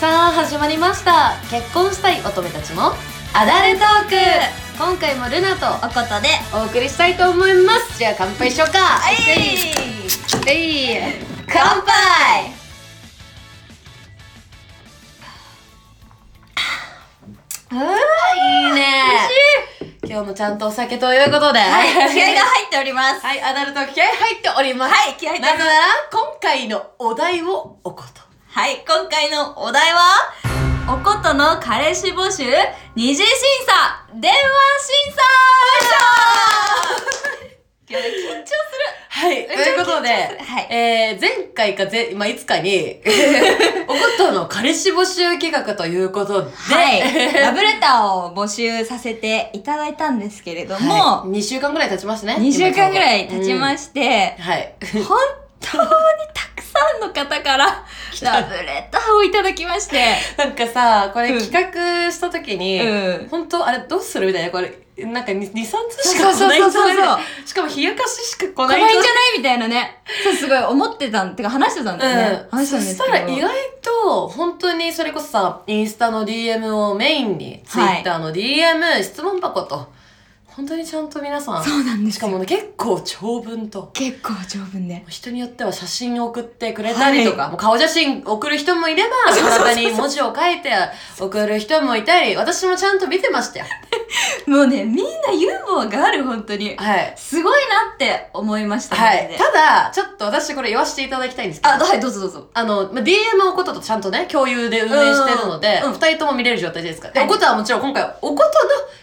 さあ始まりました結婚したい乙女たちのアダルトーク今回もルナとおことでお送りしたいと思いますじゃあ乾杯しようかはいえい乾杯うわいいね今日もちゃんとお酒ということでは、はい 気合が入っております。はいアダルト気合入っておりますはい気合入っておなりぜますなら今回のお題をおことはい、今回のお題は、おことの彼氏募集、二次審査、電話審査いや緊張すはい、とめっちゃいうことで、緊張するはいえー、前回かぜ、まあ、いつか に、おことの彼氏募集企画ということで、るはい、ラブレターを募集させていただいたんですけれどもも、う、2週間ぐらい経ちましたね。二2週間ぐらい経ちまししてた。、はい。 本当にたくさんの方 から、ラブレターをいただきまして、なんかさ、こうれん企画した時に、うん本当あれどうするみたいな、これ、なんか2、3通しそかう来そうないそうそうぞみたいな しかも冷やかししか来来ないないんぞじゃないみたいなね。そう、すごい思ってたん、てか話してたんだよね。うん、話しそてたんでしすけたど。ら意外と本当にそれこそさインスタの DM をメインに、ツイはい Twitter の DM 質問箱と本当にちゃんと皆さんそうなんですしかもね結構長文と結構長文で。人によっては写真を送ってくれたりとか、はいもう顔写真送る人もいれば 体に文字を書いて送る人もいたり私もちゃんと見てましたよもうね、みんなユーモアがある、本当に。はい、すごいなって思いました。はマジい、でただちょっと私これ言わせていただきたいんですけどあ、はい、どうぞどうぞ。あの、まあ、DM おこととちゃんとね、共有で運営してるので、う二、ん人とも見れる状態ですから。ではおいことはもちろん今回、おことの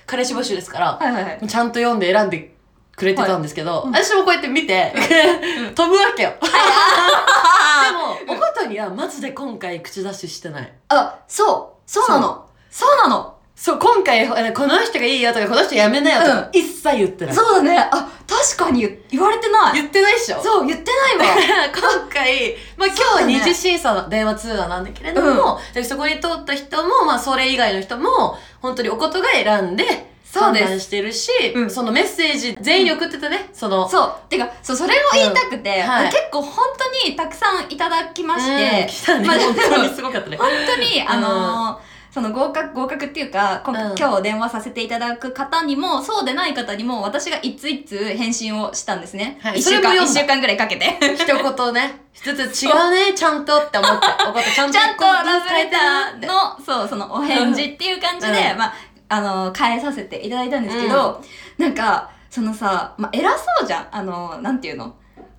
彼氏募集ですから、はいはいはい。ちゃんと読んで選んでくれてたんですけど、いうん私もこうやって見て、 飛ぶわけよ。 でも、おことにはマジで今回口出ししてない。あ、そう、そうなの。そうなの。そう、今回、あのこの人がいいよとか、この人やめなよとか、一切言ってない。そうだね。あ、確かに言言われてない。言ってないっしょそう、言ってないわ。 今回、まあ、そう今だね日二次審査の電話通話なんだけれども、でそこに通った人も、まあ、それ以外の人も本当におことが選んでそう判です断してるし、うんそのメッセージ全員に送ってたね、そのそう。てか、そう、それも言いたくて、うんはい結構本当にたくさんいただきましうんて、来たね、まあでも本当にすごかったね本当に、んあのーその合格、合格っていうか、今うん今日電話させていただく方にも、そうでない方にも、私が一通一通返信をしたんですね。はい一、それ週も読間、ん一だ週間ぐらいかけ て。一言ね一つ違うねちゃんとって思っておことちゃんとちゃんとラブレターのの、そう、そのお返事っていう感じで、うんまあ、あのー返させていただいたんですけど、なんか、そのさ、まあ、偉そうじゃん。あのーなんていうの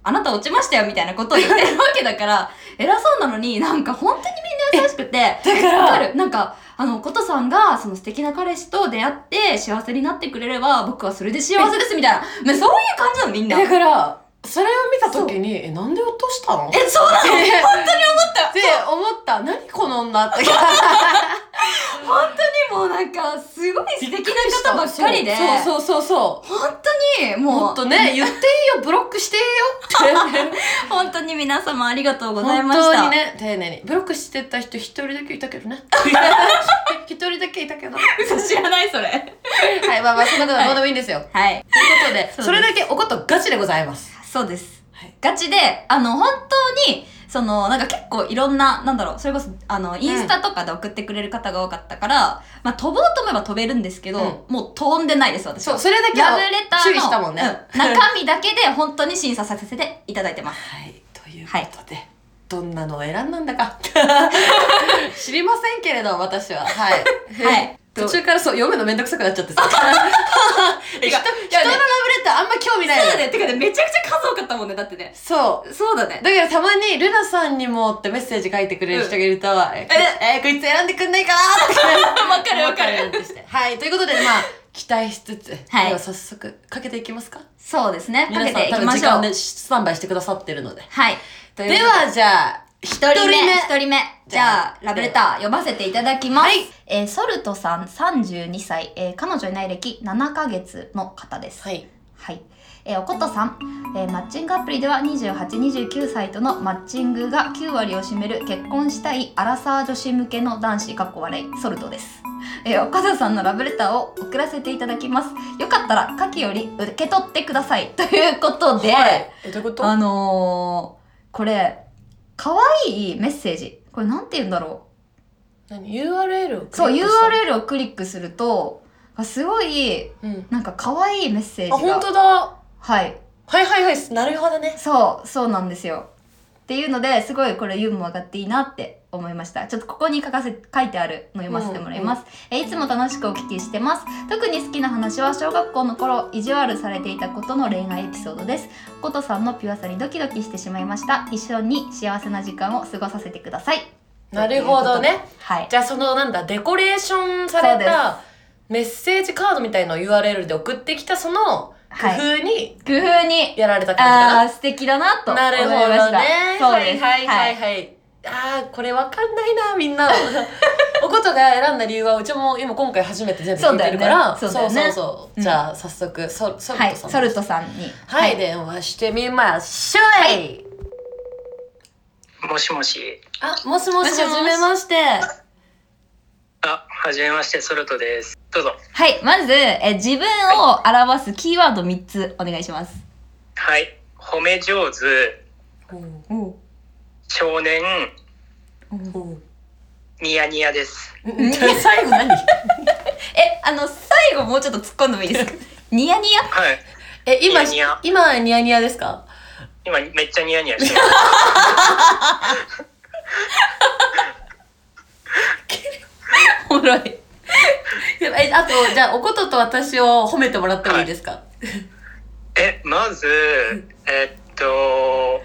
あなた落ちましたよみたいなことを言ってるわけだから、偉そうなのになんか本当にみんな優しくて、だかわからるなんか、あの、ことさんが、その素敵な彼氏と出会って、幸せになってくれれば、僕はそれで幸せです、みたいな。ね、そういう感じなの、みんな。だえ、からそれを見た時にえなんで落としたのそうなのえ本当にって思った何この女 って本当にもうなんか、すごい素敵な方ばっかりで。そうそうそうそう本当に、もう、もっとね、言っていいよ、ブロックしていいよって。本当に皆様ありがとう ござい本ました。当にね、丁寧に。ブロックしてた人一人だけいたけ どね。一人だけいたけど。は嘘知らない、それ。い、まあまあ、そんなことはどうでもいいんですよ。はい。ということで、すそれだけおことガチでございます。そうです。はいガチで、あの、本当に、その、なんか結構いろんな、なんだろう、それこそ、あの、インスタとかで送ってくれる方が多かったから、まあ、飛ぼうと思えば飛べるんですけど、もう飛んでないです、私。そう、それだけラはブレターの注意したもんね。うん中身だけで本当に審査させていただいてます。はい、ということで、どんなのを選んだんだ か。知りませんけれど、私は。はい。 はい。途中からそう、読むのめんどくさくなっちゃって さ。え て人か人のラブレいやねターあんま興味ないのよね。てかね、めちゃくちゃ数多かったもんね、だってね。そう。そうだね。だからたまに、ルナさんにもってメッセージ書いてくれる人がいると、え、えこいつ選んでくんないかなって。 わかる思っわかる。たりなんかしてはい、ということで、まあ、期待しつつ、はいでは早速、かけていきますか。そうですね。か皆けさてんい多き分ま時しょ間う。でスタンバイしてくださってるので。はい。ということでは、じゃあ、一一人目、一人目。じゃあ、ラブレター読ませていただきます。はいえーソルトさん32歳、えー彼女いない歴7ヶ月の方です。はい。はい。えーおことさん、えーマッチングアプリでは28、29歳とのマッチングが9割を占める結婚したいアラサー女子向けの男子かっこ笑い、ソルトです。えーおことさんのラブレターを送らせていただきます。よかったら、下記より受け取ってください。ということで、はい。え、どういうことあのー、これ、可愛いメッセージ。これなんて言うんだろう。何 ?URL をそうクリックした URL をクリックするとあすごいうん。なんか可愛いメッセージあ、が本当だ。はいはいはいはい。なるほどね。そうそうなんですよっていうのですごいこれユーモアがあっていいなって思いましたちょっとここに書かせ書いてあるの読ませてもらいます、えいつも楽しくお聞きしてます特に好きな話は小学校の頃意地悪されていたことの恋愛エピソードですことさんのピュアさにドキドキしてしまいました一緒に幸せな時間を過ごさせてくださいなるほどね。はいじゃあそのなんだ、デコレーションされたメッセージカードみたいのを URL で送ってきたその工はい夫に工夫にやられた感じかな。あー素敵だなと思いなまるしほたどね。そうですはいはいはい、はい。ああ、これわかんないな、みん な。おことが選んだ理由は、うちも今今回初めて全部聞いてるから、そうだよねそうだよねそうそうそううんじゃあ、早速、ソソルはいトさん。ソルトさんにはい、電話してみましょう、はいもしもし。あ、もしもし、もしはもしじめまして。あ、はじめまして、ソルトです。どうぞ。はい、まず、え、自分を表すキーワード3つお願いします。はい。褒め上手、お少年、ニヤニヤです。うん 最後何え、あの、最後もうちょっと突っ込んでもいい ですかニヤニヤはい。え、今、ニヤニヤ今、ニヤニヤですか今、めっちゃニヤニヤして ます。おも ろい。え、あと、じゃあ、おことと私を褒めてもらってもいいですか、え、まず、えっと、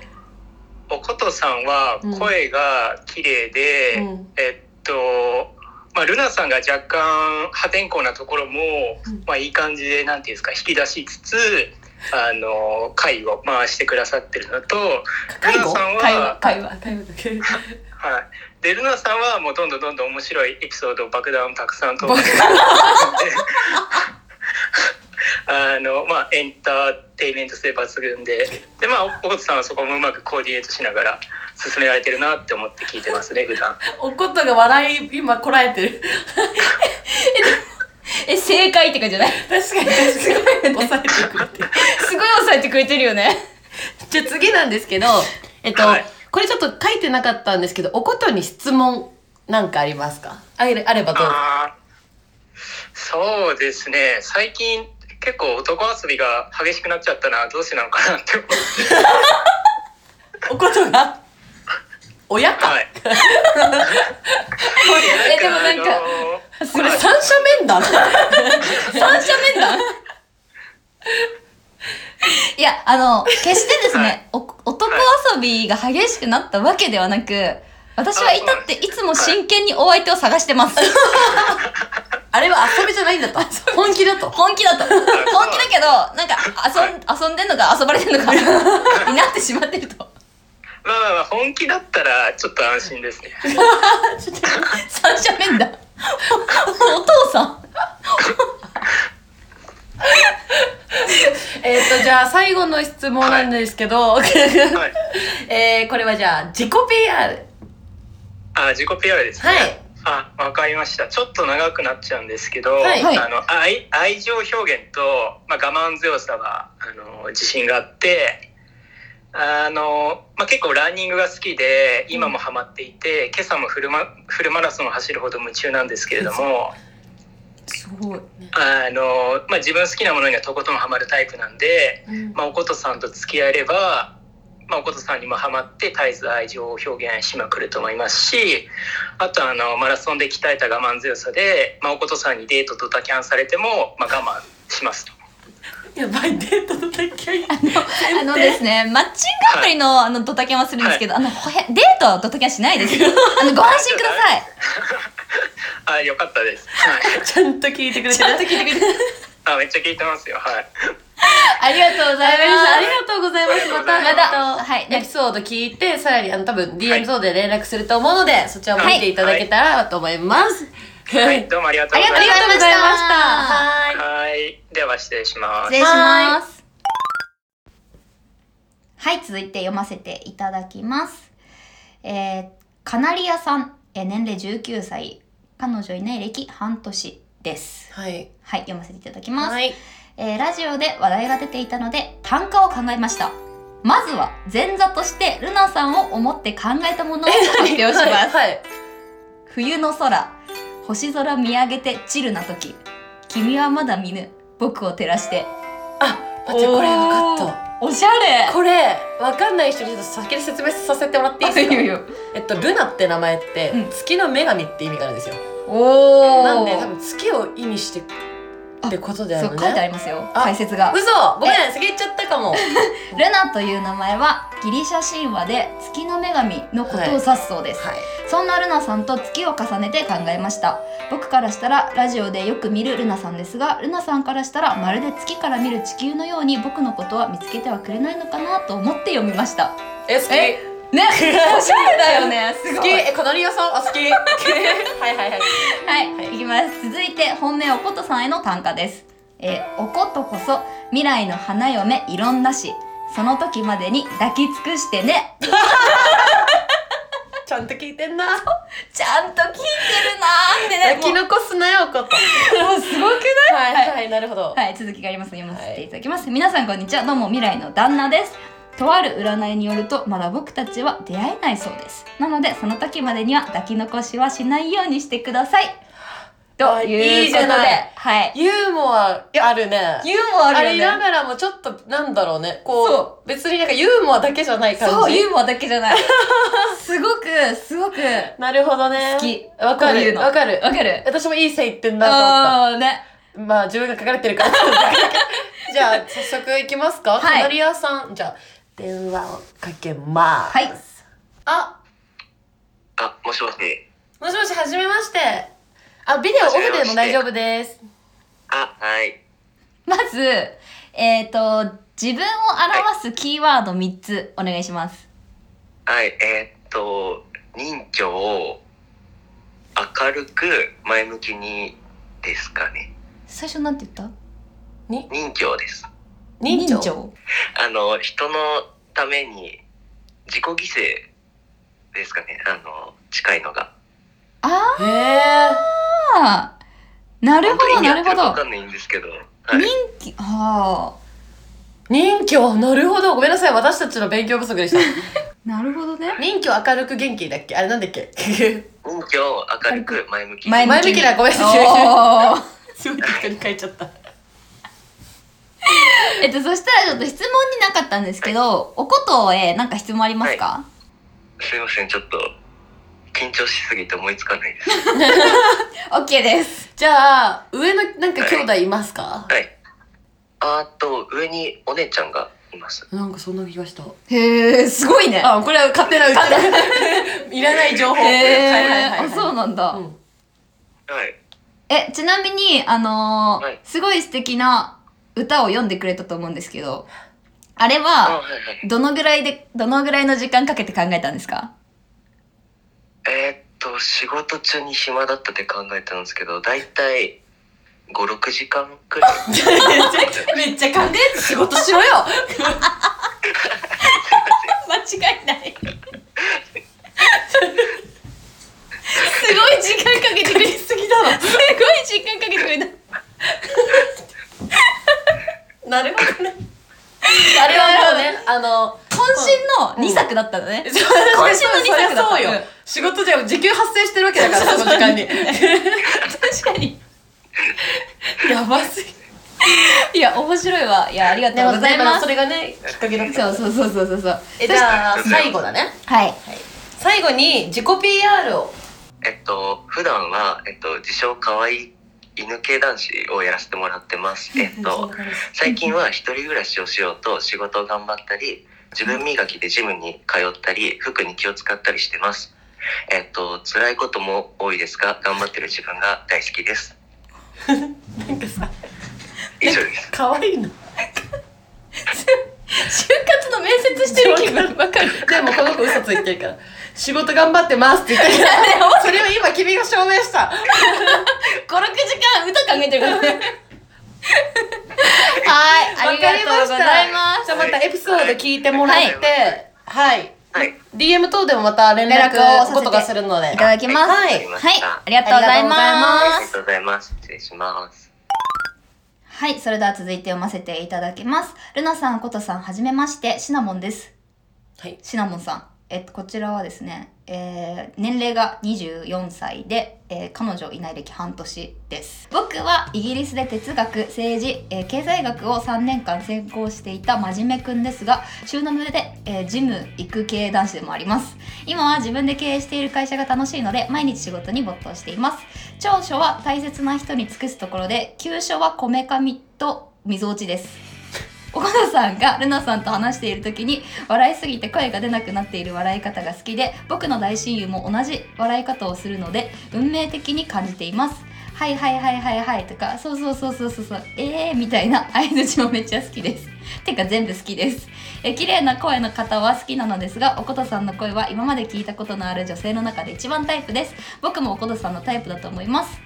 おことさんはうん声が綺麗で、うんえっと、まあ、ルナさんが若干破天荒なところも、うんまあ、いい感じで、なんていうんですか、引き出しつつ、あの、会を回してくださってるのと、介ルナ護さんは介護介護介護介護はい。で、ルナさんはもうどんどんどんどん面白いエピソードを爆弾をたくさん投稿して あの、まあ、エンターテインメント性抜群で、で、まあ、おことさんはそこもうまくコーディネートしながら進められてるなって思って聞いてますね、普段。おことが笑い今こらえてる え、正解って感じじゃ ない確かに確かに抑えてくれてすごい抑えてくれてるよね。じゃあ次なんですけどえっと、はいこれちょっと書いてなかったんですけどおことに質問なんかありますかあれあればどうぞああそうですね、最近結構男遊びが激しくなっちゃったな、どうしてなのかなって思って。 おことが親か、はい。え、でもなんあか、のーこれ三者面 談三者 面談いや、あの、決してですね、お男遊びが激しくなったわけではなく、私は至っていつも真剣にお相手を探してます。あれは遊びじゃないんだと本気だと本気だと。本気だけど、なんか遊ん、遊んでんのか遊ばれてんの かになってしまってると。まあまあまあ本気だったらちょっと安 心ですね。三者面談。おお父さん。えっとじゃあ最後の質問なんですけど、はい。 えー、これはじゃあ自己 PR あ、自己 PR ですね。はいあ、わかりました。ちょっと長くなっちゃうんですけど、はいはいあの愛愛情表現とまあ我慢強さはあの自信があって、あのまあ結構ランニングが好きで今もハマっていて、今朝もフルマフルマラソンを走るほど夢中なんですけれども、すごい。あのまあ自分好きなものにはとことんハマるタイプなんで。まあ、おことさんと付き合えれば、まあ、おことさんにもハマって絶えず愛情を表現しまくると思いますしあとあのマラソンで鍛えた我慢強さで、まあ、おことさんにデートと打キャンされても、まあ、我慢し ますと。やばいデートのだけあのですね、マッチングアプリのあのドタキャンはするんですけど、あの、ほへデートはドタキャンしない ですよ。あの、ご安心ください。あよかったです。はい、ちゃんと聞いてくれてる聞いてくれて。あめっちゃ聞いてますよ。はい、 ありがとうございありまがとうございます。また、ありがとうございますまた、はいエピソード聞いて、さらに、あの、多分 DM 等で連絡すると思うので、そちらも見ていただけたらと思います。ははいい、。どうもありがとうございまありしがとうございました。あはた。はい、では失礼します。失。す礼します。はい、続いて読ませていただきます。えー、カナリアさん、えー年齢19歳、彼女いない歴半年です。い。はい。はい、読ませていただきます。はい。えーラジオで話題が出ていたので単価を考えましたまずは 前座としてルナさんを思って考えたものを発表します、はい。冬の空星空見上げてチルな時君はまだ見ぬ僕を照らして待ってこれ分かっおしゃれたこれ分かんない人にちょっと先に説明させてもらっていいですかいいよえっとルナって名前って、うん月の女神って意味があるんですよおおなんで多分月を意味してってことだそようね書いてありますよあ解説が嘘ごめん先言っちゃったかもルナという名前はギリシャ神話で月の女神のことを指すそうです、はいそんなルナさんと月を重ねて考えました僕からしたらラジオでよく見るルナさんですがルナさんからしたらまるで月から見る地球のように僕のことは見つけてはくれないのかなと思って読みましたえ好きえねおしゃれだよ ねす好ごきいえこのりおさん あ好きはいはいはいはい、はいい、きます続いて本命おことさんへの短歌です、えーおことこそ未来の花嫁いろんなしその時までに抱き尽くしてねちゃんと聞いてんなちゃんと聞いてるなーって ね抱き残 すなよこともうもうすごくはいはい、なるほど、はい、続きがあります。読ませていただきます。皆さんこんにちは。どうも未来の旦那です。とある占いによるとまだ僕たちは出会えないそうです。なのでその時までには抱き残しはしないようにしてください。とあいういいこじとゃで、ないはい。ユーモアあるねユーモアあありるよなね。がらもちょっとなんだろうねこうそ別になんかユーモアだけじゃない感じそうユーモアだけじゃ ない。すごくすごくなるほどね好きわかこういうるのわかるわかる。私もいい線いってんなと思っああね。たまあ自分が書かれてるから じゃあ早速いきますかはいカナリアさんじゃあ電話をかけますはいああ、もしもし。もしもしはじめましてあビデオオフでも大丈夫ですあ、はい。まずえっ、と自分を表すキーワード三つお願いします。はい、えーっと、人情を明るく前向きにですかね。最初なんて言った？人情です。人情あの、人のために自己犠牲ですかね。あの、近いのが。あへえあなる本ほ当どに意な味合るってほかわどかんないんですけど。はい。きはあ人情なるほどごめんなさい私たちの勉強不足でした なるほどね人情明るく元気だっけあれなんだっ け人情を明るく前向きに。前向きなごめんなさいおー すごい適当に書いちゃったえっとそしたらちょっと質問になかったんですけどおことへ何か質問ありますか、すいません、ちょっと緊張しすぎて思いつかない です。オッ OK ですじゃあ上のなんか兄弟いますか、はい。あと、上にお姉ちゃんがいます。なんかそんな気がしたへえすごいねあこれは勝手なうち いらない情報へえ、はいはいはいはいあそうなんだ、うん はい。えちなみにあのーはいすごい素敵な歌を読んでくれたと思うんですけどあれあ、ははいはい。どのぐらいでどのぐらいの時間かけて考えたんですかえーっと、仕事中に暇だったって考えたんですけど、だいたい5、6時間くらい。めっちゃ考えて仕事しろよ 間違いないすごい時間かけてくれすぎだろすごい時間かけてくれた なるほどねあれはもうねあの渾身の2作だったのね、渾身身の二作だったそうようん仕事じゃ時給発生してるわけだからその時間に確かにやばすぎいや面白いわいや ありがとうございますそれがねきっかけだったそうそうそうそうそうそうえじゃあ最後だねはい最後に自己 PR をえっと、普段は、えっと、自称可愛い犬系男子をやらせてもらってます。えっと、最近は一人暮らしをしようと仕事を頑張ったり、自分磨きでジムに通ったり、服に気を使ったりしてます。えっと、辛いことも多いですが、頑張ってる自分が大好きです。なんかさ以上です。可愛いの就活の面接してる気分わかるでもこの子嘘ついてるから仕事頑張ってますって言ってる それを今君が証明した56時間歌考えてる からねはいありがとうございますじゃあまたエピソード聞いてもらってはい、はい。 DM 等でもまた連絡連絡をさせてをことがするのでいただきますははいい、ありがとうございあまりすがとうございます。失礼します。はい、それでは続いて読ませていただきます。ルナさん、コトさん、はじめまして、シナモンです。はいシナモンさん。えっと、こちらはですね、えー年齢が24歳で、えー彼女いない歴半年です僕はイギリスで哲学政治、えー経済学を3年間専攻していた真面目くんですが週7で、えージム行く系男子でもあります今は自分で経営している会社が楽しいので毎日仕事に没頭しています長所は大切な人に尽くすところで急所はこめかみとみぞおちです岡田さんがルナさんと話している時に笑いすぎて声が出なくなっている笑い方が好きで僕の大親友も同じ笑い方をするので運命的に感じていますはいはいはいはいはいとかそうそうそうそうそうそうえーみたいな相づちもめっちゃ好きです てか全部好きですえ綺麗な声の方は好きなのですがおことさんの声は今まで聞いたことのある女性の中で一番タイプです僕もおことさんのタイプだと思います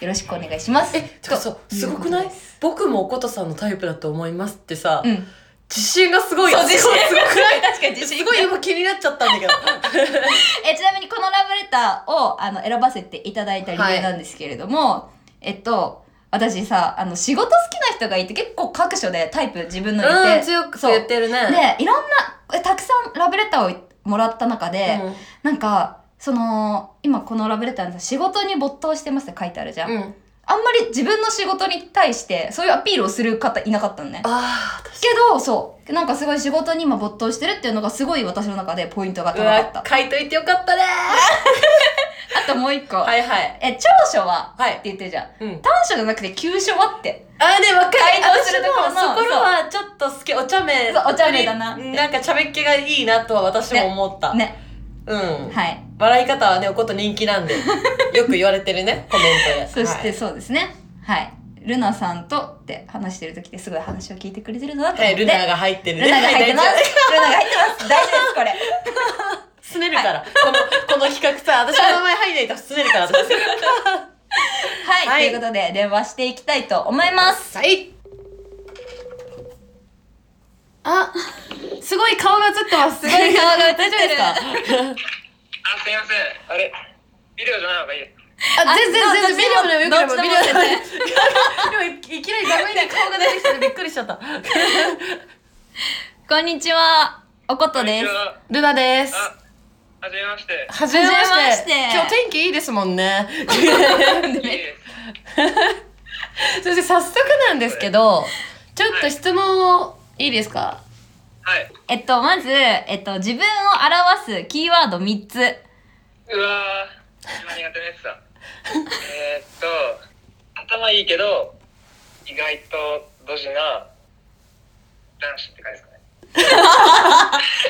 よろしくお願いしますえてかさとすごくなういことです僕もおことさんのタイプだと思いますってさ、うん 自信がすごいそう自信すごくない確かに自信すごい今気になっちゃったんだ けどえちなみにこのラブレターをあの選ばせていただいた理由なんですけれども、えっと私さあの仕事好きな人がいて結構各所でタイプ自分の言って、うん強く言ってるでねいろんなえたくさんラブレターをもらった中で、うんなんかその今このラブレターにさ仕事に没頭してますって書いてあるじゃん、うん、あんまり自分の仕事に対してそういうアピールをする方いなかったのねああ確けどそうなんかすごい仕事に今没頭してるっていうのがすごい私の中でポイントが高かっうたわ書いといてよかったねあともう一個、ーはいはいえ、長所は、はっい、て言ってるじゃん。うん、短所じゃなくて急所はって。あーでも若い回答するところ私のもそころはちょっと好きお茶目そうお茶目だなってなんか茶目っ気がいいなとは私も思った、ね。うんはい。笑い方はねおこと人気なんでよく言われてるねコメントで そしはていそうですね。はい。ルナさんとって話してる時ってすごい話を聞いてくれてるのだとは思っい、て。ルナが入ってるルナが入ってます。ルナが入ってます。大丈夫です、これ。すねるから、このこの比較さ私の名前入んないとすねるから私はい。はいということで、電話していきたいと思います。はいあすごい顔が映ってます すごい顔が映って大る丈夫ですかあすみませんあれビデオじゃない方がいいですあ全然全然ビデオでもよければどっビデちでもオでもいきなり画面で顔が出てきてびっくりしちゃったこんにちは。おことです。はルナですあはじめましてはじめまはじめまししてて今日天気いいですもん ねいいですそして早速なんですけどちょっと質問をいいですかはいえっと、まず、えっと、自分を表すキーワード3つ。うわー一番苦手なやつだえーっと頭いいけど意外とドジな男子って感じですかね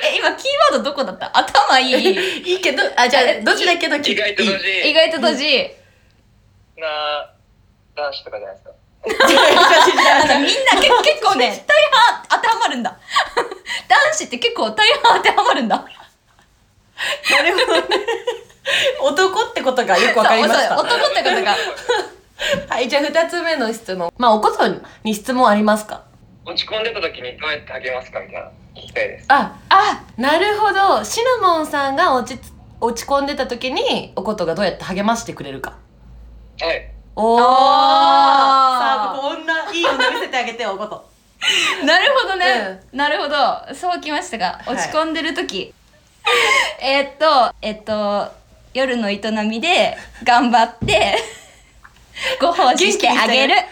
え、今、キーワードどこだった頭いい。 いいけどあじゃあどっちだけど意外とドジ意外とドジ。な男子とかじゃないですかあのみんなけ結 構ね、大半当てはまるんだ。男子って結構大半当てはまるんだ。なるほどね男ってことがよくわかりましたそうそう男ってことが。はいじゃあ二つ目の質問まあおことに質問ありますか落ち込んでた時にどうやって励ますかみたいな聞きたいですあ あ、なるほどシナモンさんが落ち落ち込んでた時におことがどうやって励ましてくれるかはいおおーさあここ女いい女見せてあげてよおことなるほどね。なるほど。そうきましたが、はい落ち込んでる時。えーっと、えーっと、夜の営みで頑 張って、ご奉仕してあげる。よ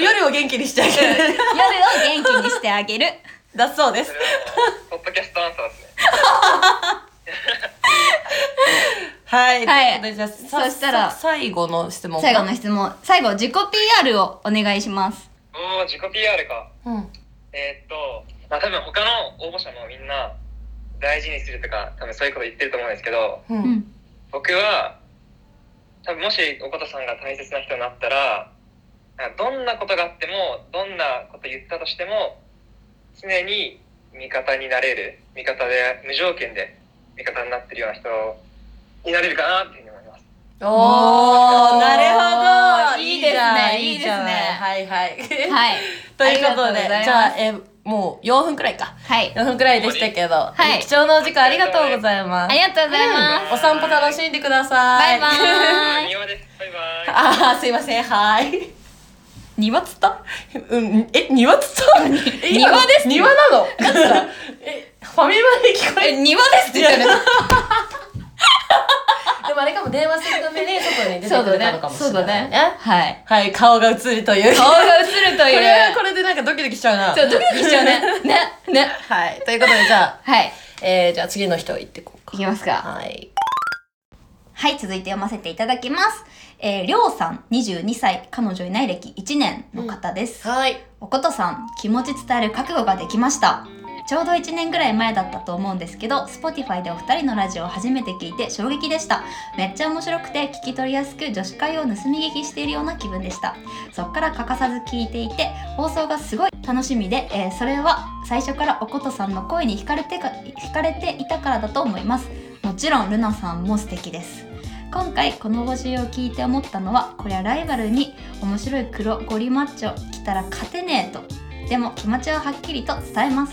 夜を元気にしてあげる夜を元気にしてあげる。 だそうでそすれはもうポッドキャストアンサーですねはい、はいということでじゃあそしたらささ最後の質問最後の質問。最後、自己 PR をお願いします。おお自己 PR かうんえー、っとまあ多分他の応募者もみんな大事にするとか多分そういうこと言ってると思うんですけどううんん。僕は多分もしおことさんが大切な人になったらなんかどんなことがあってもどんなこと言ったとしても常に味方になれる味方で無条件で味方になってるような人になれるかなっていうふうに思いますおおーーなるほどいいですじねゃんいいですねじゃんはいはい、はい。 ということでありがうございますじゃあえもう4分くらいかはい。 4分くらいでしたけど、はい貴重なお時間ありがとうございますありがとうございます。お散歩楽しんでくださいバイバーイ庭ですバイバイあーすいませんはい庭つったうん、え、庭っつった庭庭です庭なの え、ファミマで聞こええ、庭ですって言ったよね。 でもあれかも、電話するために外に出てそうくれだたねのか。もしそれうないだね。はい。はい、顔が映るという。顔こが映るとれいはう。これでなんかドキドキしちゃうな。ちょっとドキドキしちゃうね。ね、ね。 はい、ということでじゃあ、はい。えー、じゃあ次の人行ってこういか。きますか。はい。はい、続いて読ませていただきます。えー、りょうさん、22歳、彼女いない歴1年の方です。はい。おことさん、気持ち伝える覚悟ができました。ちょうど1年ぐらい前だったと思うんですけど、Spotify でお二人のラジオを初めて聞いて衝撃でした。めっちゃ面白くて聞き取りやすく女子会を盗み聞きしているような気分でした。そっから欠かさず聞いていて、放送がすごい楽しみで、えーそれは最初からおことさんの声に惹かれてか惹かれていたからだと思います。もちろんルナさんも素敵です。今回この募集を聞いて思ったのは、これはライバルに面白い黒ゴリマッチョ来たら勝てねえとでも気持ちははっきりと伝えます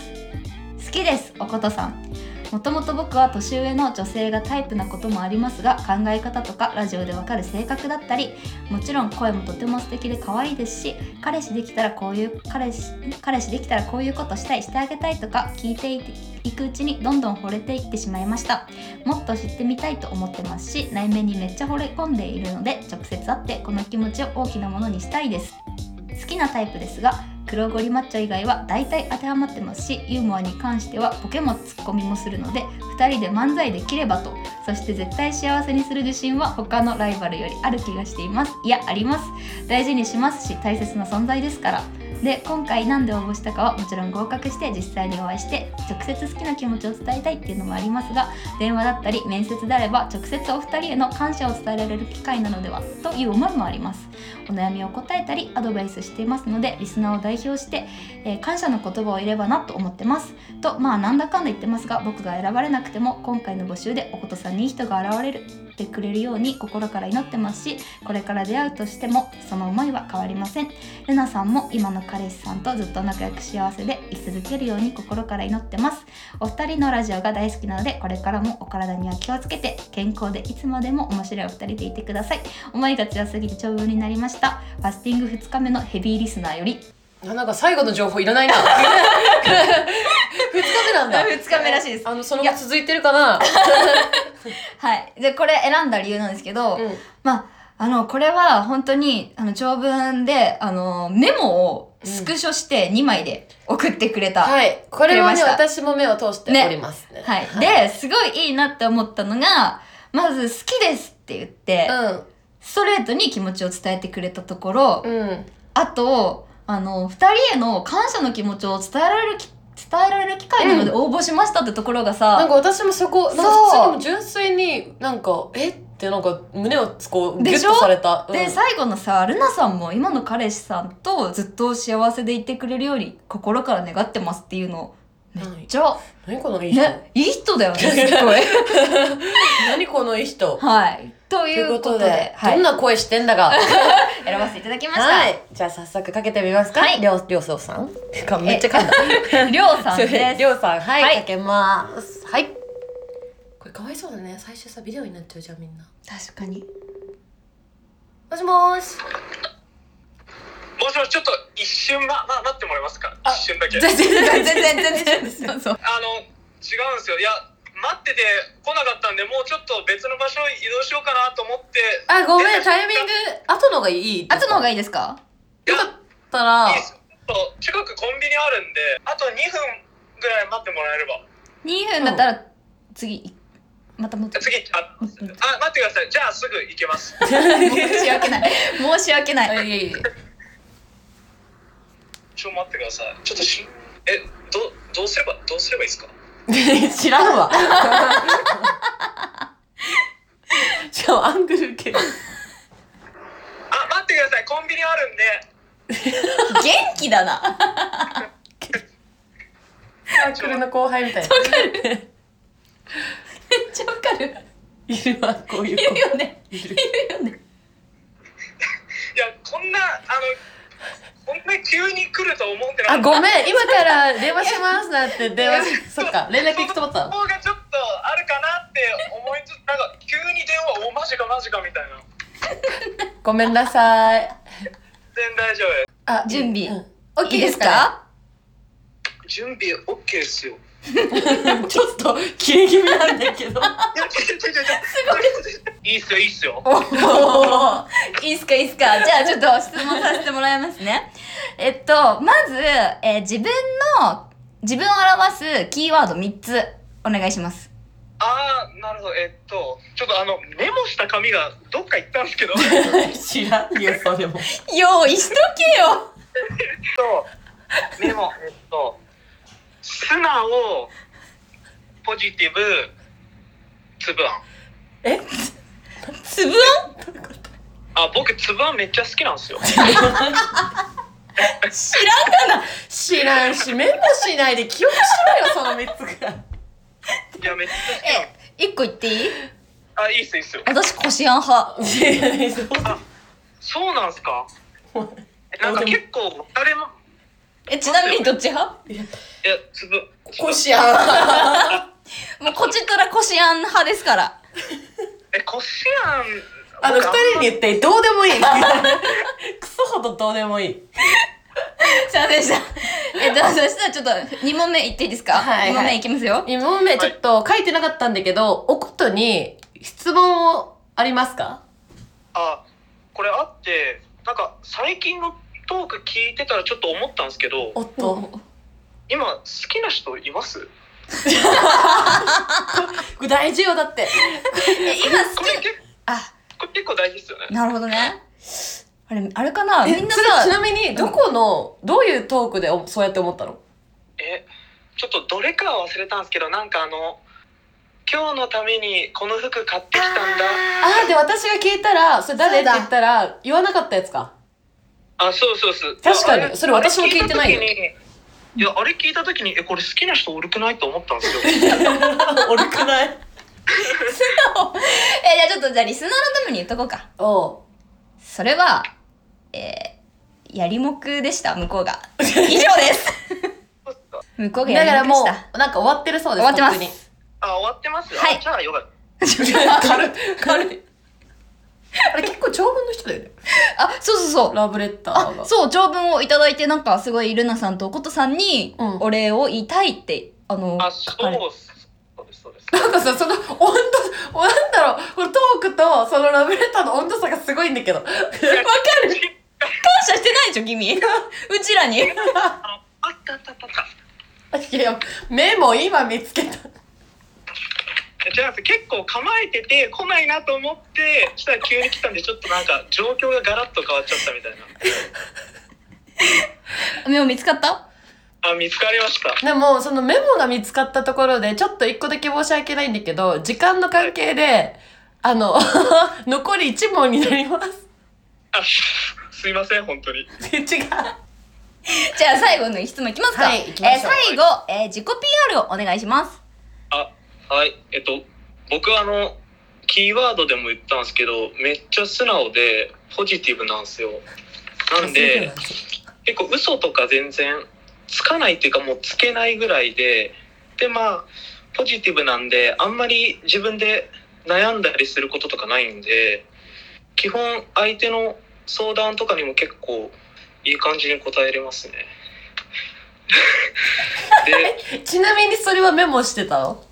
好きですおことさんもともと僕は年上の女性がタイプなこともありますが考え方とかラジオでわかる性格だったりもちろん声もとても素敵で可愛いですし彼氏できたらこういう彼氏彼氏できたらこういうことしたいしてあげたいとか聞いていていくうちにどんどん惚れていってしまいましたもっと知ってみたいと思ってますし内面にめっちゃ惚れ込んでいるので直接会ってこの気持ちを大きなものにしたいです好きなタイプですが黒ゴリマッチョ以外は大体当てはまってますしユーモアに関してはボケもツッコミもするので2人で漫才できればとそして絶対幸せにする自信は他のライバルよりある気がしていますいやあります大事にしますし大切な存在ですからで今回何で応募したかはもちろん合格して実際にお会いして直接好きな気持ちを伝えたいっていうのもありますが電話だったり面接であれば直接お二人への感謝を伝えられる機会なのではという思いもありますお悩みを答えたりアドバイスしていますのでリスナーを代表して、えー感謝の言葉を入れればなと思ってますとまあなんだかんだ言ってますが僕が選ばれなくても今回の募集でおことさんにいい人が現れるってくれるように心から祈ってますしこれから出会うとしてもその思いは変わりませんルナさんも今の彼氏さんとずっと仲良く幸せで居続けるように心から祈ってますお二人のラジオが大好きなのでこれからもお体には気をつけて健康でいつまでも面白いお二人でいてください思いが強すぎて長文になりましたファスティング2日目のヘビーリスナーよりあなんか最後の情報いらないな。二日目なん だ。二日目らしいですあの、その後続いてるかな。はいでこれ選んだ理由なんですけど、うんまああのこれは本当にあの長文であのメモをスクショして2枚で送ってくれた、はい。これはね、くれま私も目を通しておりますね。はい。で、で、すごいいいなって思ったのが、まず好きですって言って、ストレートに気持ちを伝えてくれたところ、うん。うん。あと、あの、二人への感謝の気持ちを伝えられるき、伝えられる機会なので応募しましたってところがさ、なんか私もそこ、なんかそ普う通にも純粋になんか、えってなんか胸をこう、ギュでッしょとされた。で、最後のさ、ルナさんも今の彼氏さんとずっと幸せでいてくれるように心から願ってますっていうの、うん、じゃあ、何このいい人。ね、いい 人だよね、すっごい。何このいい人。はい。とといいうこうこととで、で、はどんい、な声してんだが。選ばせていただきました。はい。じゃあ早速かけてみますか。はいりょう、りょうそうさ んてか、めっちゃ噛んだ。りょうさんですり。ょうさん、はい、はいかけます。はい。これかわいそうだね。最初さ、ビデオになっちゃうじゃん、みんな。確かに。もしもーし。もしもしちょっと一瞬、ま、ま、待ってもらえますかあ一瞬だけ。あの、違う全ん然、全然、全然。然 そうそう。ですよ。いや、待ってて来なかったんで、もうちょっと別の場所移動しようかなと思って。あ、ごめん、タイミング、後のがいい。あとの方いがいいですか？いよやかったらいいで、すよ。そう近くコンビニあるんで、あと2分ぐらい待ってもらえれば。二分だったら次またもっと次、あ、あ、待ってください。じゃあすぐ行けます。申し訳ない。申し訳ない。いいいいちょっと待ってください。ちょっとし、え、どう、どうすれば、どうすればいいですか。知らんわ。しかもアングル系。あ、待ってください。コンビニあるんで。元気だな。サークルの後輩みたいな。めっちゃわかる。いるわ、こういうい子る。よね。いるいるよね。いや、こんな、あの。こんな急に来ると思ってなかあ、ったごめん、今から電話しますなんて電話し、そっか、連絡行くと思ったそのの。方がちょっとあるかなって思いつつなんか急に電話おマジかマジかみたいなごめんなさい。全然大丈夫ですあ準備うんいいですか準備 OK ですよ。いちょっと切れ気味なんだけどや、ちょちょちょちょいいっすよ、いいっすよ。いいっすかいいっすかじゃあちょっと質問させてもらいますね。えっと、まず、えー自分の、自分を表すキーワード3つお願いします。ああ、なるほど。えっと、ちょっとあの、メモした紙がどっか行ったんです けど、 知らんよそれも用意しとけよメモ、えっと、素直、ポジティブ、つぶあえつぶん。あ、僕、つぶあんめっちゃ好きなんで すよ。あん知らんかな知らんしメモしないで記憶しろよその3つ がいや、めっちゃ好きなんでえ、一個言っていいす。あ、いいっす、いいっすよ。私、こしあん派。いやいやそうそうなん すかなんか結構、誰も、え、ちなみにどっち派いや、つぶ、つぶこしあんもう、こちとらこしあん派ですから。え、こしあん、あの僕二人に言ってどうでもいい クソほどどうでもいいすいませんでした。えっと、そしたらちょっと、2問目いっていいですかはいはい ?2 問目いきますよ。今問目ちょっと書いてなかったんだけど、おことに質問をありますかあこれあってなんか最近のトーク聞いてたらちょっと思ったんですけどおっと今好きな人いますこれ大事よだってえ、今好こきれ結あ、これ結構大事ですよねなるほどね。あれ、あれかなえみんなそれちさ、なみにどこの、どういうトークでおそうやって思ったのえちょっとどれかは忘れたんですけどなんかあの今日のためにこの服買ってきたんだああで私が聞いたらそれ誰そっうてだ言ったら言わなかったやつかあそうそうそう確かにあれそれ私も聞いてないよあれ聞いた時にいやあれ聞いた時にえこれ好きな人おるくないと思ったんですよ おるくないえ、じゃあちょっと、じゃあリスナーのために言っとこうか。おうそれは、えー、やりもくでした、向こうが。以上です。 向こうがだかやらりももくでした。うなんか終わってるそうです終わってとますっあ終わってますあはいじゃあよかったくに 軽い軽いあれ結構長文の人だよねあ、そうそうそう。ラブレターあがそう長文をいただいてなんかすごいルナさんとことさんにうんお礼を言いたいって、あのあそうあれっすそうですそうですなんかさその温度なんだろうこのトークとそのラブレターの温度差がすごいんだけ どわかる感謝してないでし ょ君うちらにああったあったあったあったいやメモ今見つけたじゃあ結構構えてて来ないなと思ってしたら急に来たんでちょっとなんか状況がガラッと変わっちゃったみたいな目を見つかったあ見つかりました でもそのメモが見つかったところでちょっと一個だけ申し訳ないんだけど時間の関係であの 残り1問になります あすいません本当に違うじゃあ最後の質問いきますか、はい行きましょうえー最後、えー自己 PR をお願いしますあはいえっと僕あのキーワードでも言ったんですけどめっちゃ素直でポジティブなんですよなんで結構嘘とか全然つかないっていうかもうつけないぐらいででまあポジティブなんであんまり自分で悩んだりすることとかないんで基本相手の相談とかにも結構いい感じに答えれますね。で、ちなみにそれはメモしてたの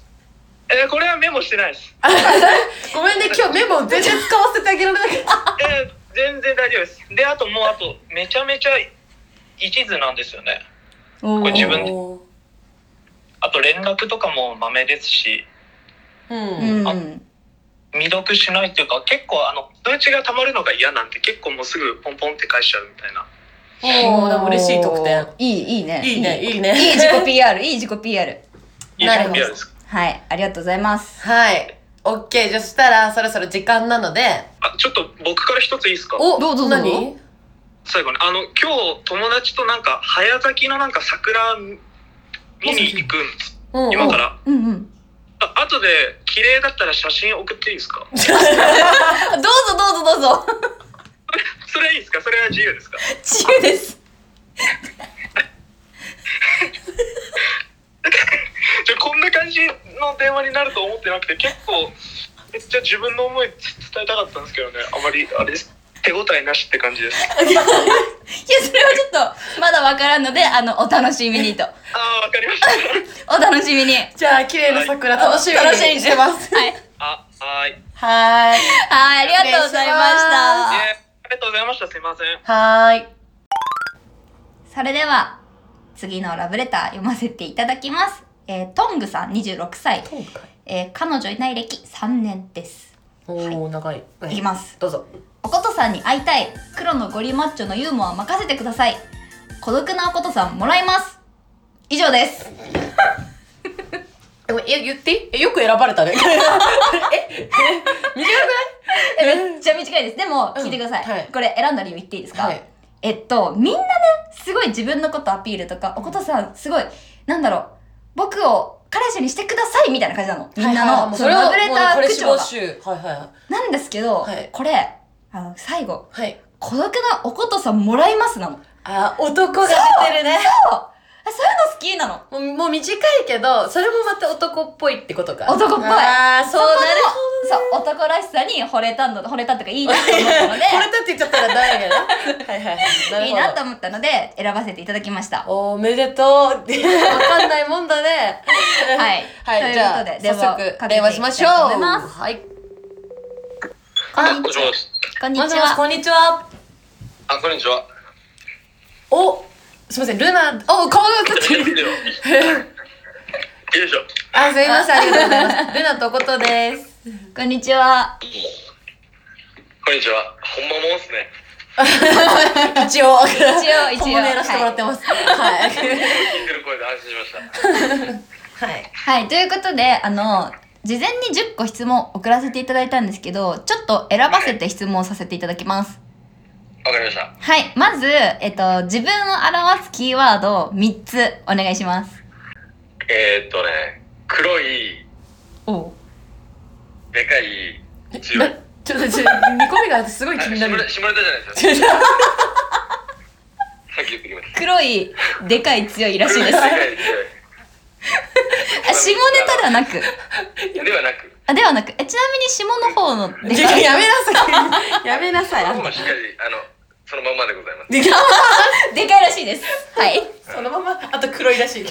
えーこれはメモしてないです。ごめんね今日メモ全然使わせてあげられなかったえー全然大丈夫です。であともうあとめちゃめちゃ一途なんですよね。おこれ自ー分であと連絡とかもまめですし。うん、うん未読しないっていうか結構あの通知が溜まるのが嫌なんで結構もうすぐポンポンって返しちゃうみたいなおーでも嬉しい得点いいいいねいいねいいいねい自己 PR いい自己 PR いいなるほど準備ですはいありがとうございま すはいオッケーじゃあそしたらそろそろ時間なのであちょっと僕から一ついいですかおどうぞどうぞ何最後にあの今日友達となんか早咲きのなんか桜見に行くんですうん今からうん うんあ後で綺麗だったら写真送っていいですかどうぞどうぞどうぞそれはいいですかそれは自由ですか自由ですじゃあこんな感じの電話になると思ってなくて結構めっちゃ自分の思い伝えたかったんですけどねあまりあれです手応えなしって感じです。それはちょっとまだわからんのであのお楽しみにとああ、わかりました。お楽しみにはじゃあ、綺麗な桜楽しみにしてます。いあ、はーい。いえ、 はーい。はいありがとうございまあしたありがとうございました。すいません。はーい。それでは次のラブレター読ませていただきます、えートングさん26歳、今回。えー彼女いない歴3年ですおー、長い。いきますどうぞ。おことさんに会いたい黒のゴリマッチョのユーモア任せてください孤独なおことさんもらいます以 上ですえ、言っていいえ、よく選ばれ たね。え、短くないめっちゃ短いですでも聞いてください、うんはいこれ選んだ理由言っていいですか、はい。えっとみんなねすごい自分のことアピールとかおことさんすごいなんだろう僕を彼氏にしてくださいみたいな感じなのみんはいはないのもうそそのれラはブレタもうこーれ口死調亡が集。はいはい。なんですけど、はいこれあの最後はい。孤独なおことさんもらいますなのあ、男が出てる ね。あそういうの好きなのもうもう短いけど、それもまた男っぽいってことか。男っぽいああ、そうこなるのそう男らしさに惚れたの惚れたとかいいなと思っ たのでこれだって言っちゃったら誰 がな。はいはいはい。いいなると思ったので選ばせていただきましたほど。おめでとう。わかんないもんだね。はいはい。とじいうゃこあ、とで早電話をかけ速、てい電話きしたまいしょう。と思いますはい。こんにもしもし。こんにもちしもし、はこんにちは。あ、こんにちは。お、すいません、ルナ、お、顔が映って よいる。しょ。あ、すいません、ありがとうござい ます。ルナとことです。こんにちはこんにちは。ほんまもんっすね。一応、一応一応本物やらせてもらってます。はい。聞いてる声で安心しました。はい。はいということであの事前に10個質問送らせていただいたんですけどちょっと選ばせて質問させていただきますわかりました。はいまず、えっと、自分を表すキーワードを3つお願いしますえー、っとね、黒い、おでかい、強い。ちょっと、ちょっと、煮込みがすごいあ気下にネなタ る。下ネタじゃないですよ。さっき言ってきました。黒いでかい強いらしいですで あかい強い下ネタではなくではなく、あではなくえちなみに下の方のでいかやいやめなさい。やめなさい。あ僕んもたしっかり、あの、そのまんまでございます。でかいらしいですはいそのまま、あと黒いらしい。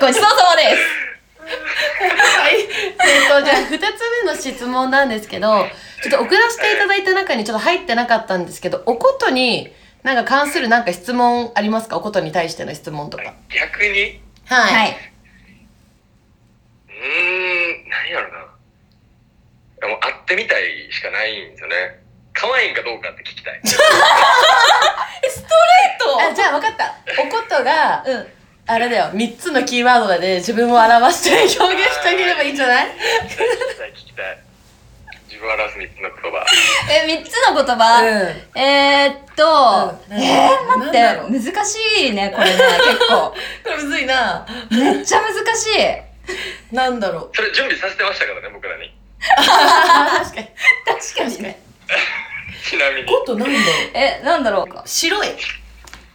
ごちそうさまですはい、えっとじゃあ2つ目の質問なんですけどちょっと送らせていただいた中にちょっと入ってなかったんですけどおことになんか関するなんか質問ありますかおことに対しての質問とか逆に、はい、はいうーん、何やろな。でも会ってみたいしかないんですよね。可愛いんかどうかって聞きたい。あじゃあ分かったおことがうんあれだよ3つのキーワードで自分を表して表現してあげればいいんじゃない聞きたい、聞きたい。自分を表す3つの言葉。え三つの言葉、えー、っと、うんえー、なん待だろうって難しいねこれね結 構これむずいなめっちゃ難しいなんだろうそれ準備させてましたからね、僕らに。確かに確確かにちなみに。おことなんだろうえなんだろうか白い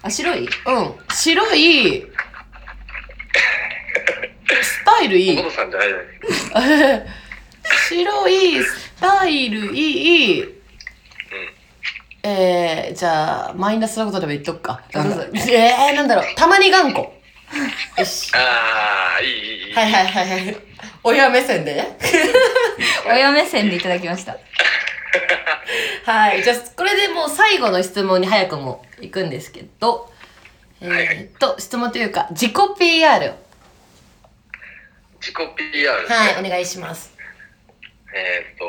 あ白いうん白いスタイルいいお父さんじゃないじゃないですか。白いスタイルいい、えー、じゃあマイナスなことでも言っとくかなんだどうぞえー、なんだろうたまに頑固よしああ、いい、いい、いい。はいはいはいはい親目線でね親目線でいただきましたはいじゃあこれでもう最後の質問に早くも行くんですけどえー、っと質問というか自己 PR 自己 PR ですね。はいお願いし ますえーっと、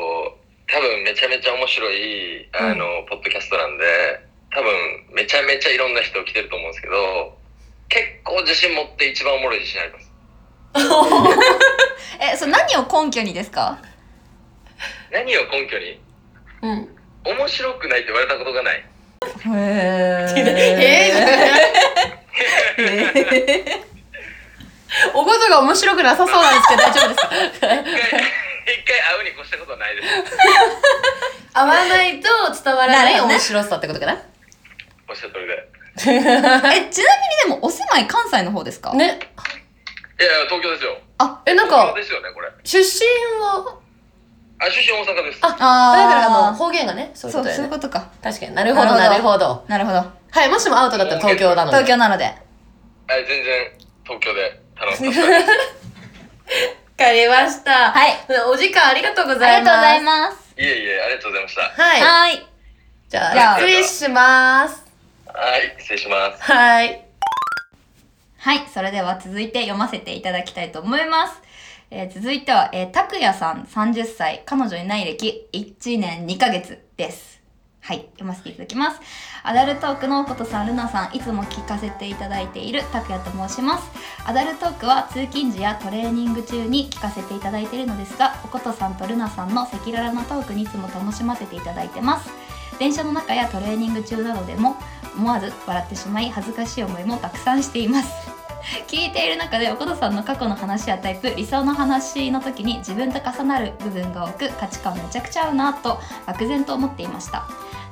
多分めちゃめちゃ面白い、あの、ポッドキャストなんで、多分めちゃめちゃいろんな人来てると思うんですけど、結構自信持って一番おもろい自信あります。えそれ何を根拠にですか何を根拠にうん面白くないって言われたことが ない。へえええー、 おことが面白くなさそうなんですけど大丈夫です一か回、一回会うに越したことはないです。合わないと伝わらない面白さってことかなおっしゃる通りで。いえちなみにでもお住まい関西の方ですか、 ねやいや、東京ですよ。えなんか東京ですよね、これ。出身はあ、出出身大阪です。ああだーからあの方言がねそういうそこうとだそういようねことか確かになるほどななるるほほどなるほどはいもしもアウトだったら東京なので東京なのであ全然東京で楽しかった です。わかりましたはいお時間ありがとうごあざいりがとうごますざいますいえいえ、ありがとうございました。はいはいじゃあじゃあ失礼しますはい、失礼します。はいはい、それでは続いて読ませていただきたいと思います。えー続いては、えー、たくやさん30歳、彼女いない歴1年2ヶ月です。はい、読ませていただきます。アダルトークのことさん、ルナさん、いつも聞かせていただいているたくやと申します。アダルトークは通勤時やトレーニング中に聞かせていただいているのですが、おことさんとルナさんの赤裸々なトークにいつも楽しませていただいてます。電車の中やトレーニング中などでも思わず笑ってしまい恥ずかしい思いもたくさんしています 聞いている中でおことさんの過去の話やタイプ理想の話の時に自分と重なる部分が多く価値観めちゃくちゃ合うなと漠然と思っていました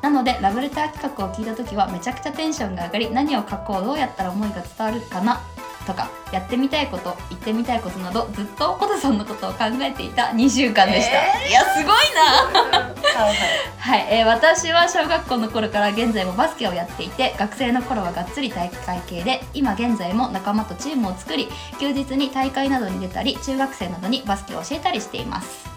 なのでラブレター企画を聞いた時はめちゃくちゃテンションが上がり何を書こうどうやったら思いが伝わるかなとかやってみたいこと言ってみたいことなどずっとおことさんのことを考えていた2週間でした、いやすごいなはい、えー私は小学校の頃から現在もバスケをやっていて学生の頃はがっつり体育会系で今現在も仲間とチームを作り休日に大会などに出たり中学生などにバスケを教えたりしています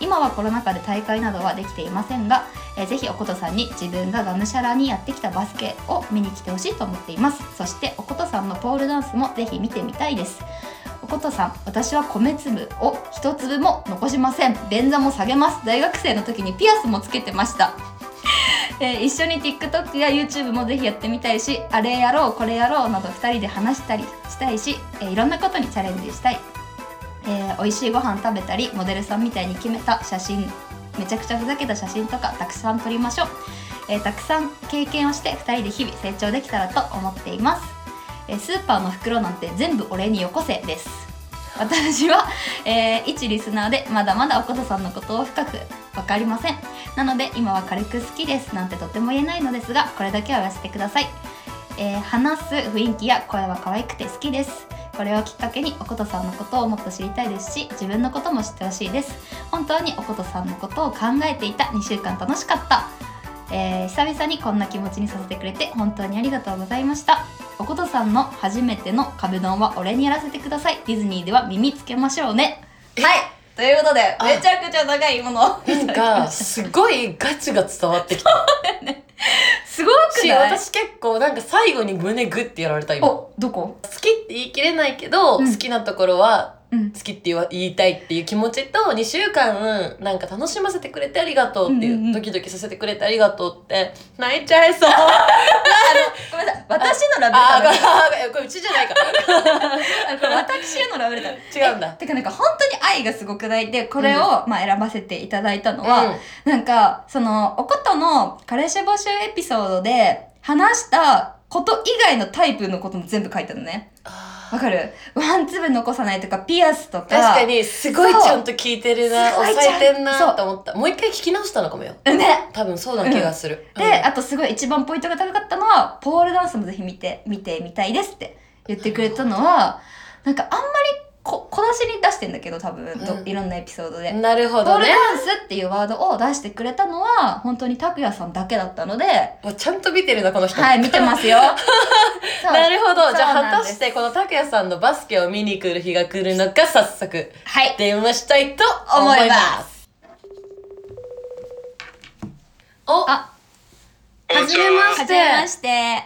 今はコロナ禍で大会などはできていませんが、えーぜひおことさんに自分ががむしゃらにやってきたバスケを見に来てほしいと思っていますそしておことさんのポールダンスもぜひ見てみたいですおことさん私は米粒を一粒も残しません便座も下げます大学生の時にピアスもつけてました、 えー一緒に TikTok や YouTube もぜひやってみたいしあれやろうこれやろうなど2人で話したりしたいし、えーいろんなことにチャレンジしたい、えー、美味しいご飯食べたりモデルさんみたいに決めた写真めちゃくちゃふざけた写真とかたくさん撮りましょう、えーたくさん経験をして2人で日々成長できたらと思っていますえースーパーの袋なんて全部俺によこせです私は、えー一リスナーでまだまだおことさんのことを深く分かりませんなので今は軽く好きですなんてとても言えないのですがこれだけは言わせてください、えー話す雰囲気や声は可愛くて好きですこれをきっかけにおことさんのことをもっと知りたいですし自分のことも知ってほしいです本当におことさんのことを考えていた2週間楽しかった、えー久々にこんな気持ちにさせてくれて本当にありがとうございましたおことさんの初めての壁ドンは俺にやらせてくださいディズニーでは耳つけましょうねはいということであめちゃくちゃ長いものをなんか、すごいガチが伝わってきたすごくし、ない私結構なんか最後に胸グッてやられた今。好おどこきって言い切れないけど、うん好きなところはうん好きって言わ言いたいっていう気持ちと、2週間なんか楽しませてくれてありがとうっていう、うんうんうんドキドキさせてくれてありがとうって、泣いちゃいそう。ごめんなさい私のラブレあー、ターがこれうちじゃないか。あこれ私へのラブレター違うんだ えてかなんか本当に愛がすごくないでこれを、まあ選ばせていただいたのは、うんなんかそのおことの彼氏募集エピソードで話したこと以外のタイプのことも全部書いたのねわかるご飯粒残さないとかピアスとか確かに、すごいちゃんと聞いてるな、そうすご抑いちゃんえてんなと思った。もう一回聞き直したのかもよ。ね多分そうな気がする。で、あとすごい一番ポイントが高かったのはポールダンスもぜひ見て見てみたいですって言ってくれたのはなんかあんまりこ小出しに出してんだけど多分、どうんいろんなエピソードで、うんなるほポーどルね。ダンスっていうワードを出してくれたのは本当に拓也さんだけだったのでわちゃんと見てるな、この人。はい 見てますよそうなるほど。じゃそうあ、果なんたですして、この拓也さんのバスケを見に来る日が来るのか、早速、はい電話したいと思思いいまます。お、あはこんにじちはめまはしじめまて。してはい。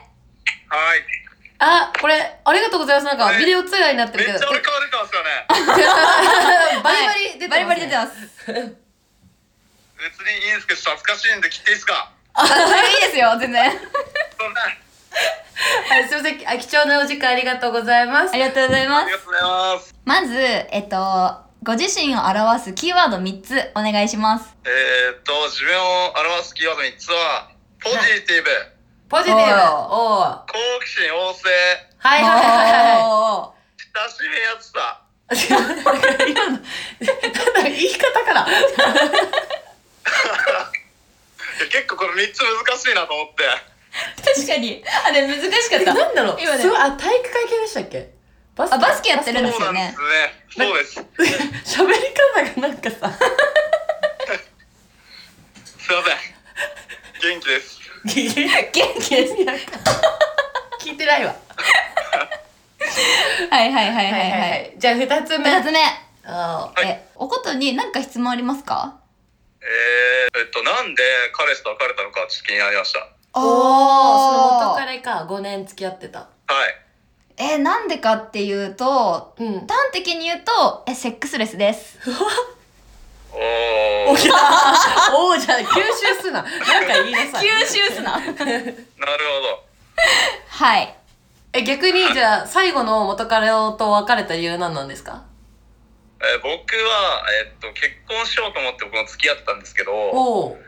あ、これ、ありがとうございます。なんか、ねビデオ通話になってめるっちけゃど。俺顔出てますよね。 バリバリ出てますねバリバリ出てます別にいいんですけど、ちょっと恥ずかしいんで切っていいですかあそれいいですよ全然そんな、あはい、すいません。あ貴重なお時間ありがとうございますあ。りがとうございますりがとうございます。まずえっとご自身を表すキーワード3つお願いしますえー、っと、自分を表すキーワード3つは、ポジティブ、ポジティブ。おおーー好奇心旺盛、はいはいはいはい。お親しみやすさ、 今の、なんだろう言い方から。いや結構この3つ難しいなと思って。ー確かにあれ難しかっえたなんだろう。今ねすごい、あ、体育会系でしたっけバスあバスケやってるんでそすうなよんですねね。そうです。喋り方がなんかさ気です。聞元気です。いてないわ。はいはいはいはいはい。。じゃあ二つ目。二つ目。あはいえ、おことに何か質問ありますかえー、えっと、なんで彼氏と別れたのかちょっと気になりました。はーおー、その元彼か、五年付き合ってた。い。え、なんでかっていうと、 うん。端的に言うと、え、セックスレスです。おおー、じゃ、おじゃ、吸収すな。なんか言いなさい。収すなな。るほど。はい。え、逆に、じゃあ、最後の元彼と別れた理由何なんですかえー僕は、えっと、結婚しようと思って僕も付き合ってたんですけど、おお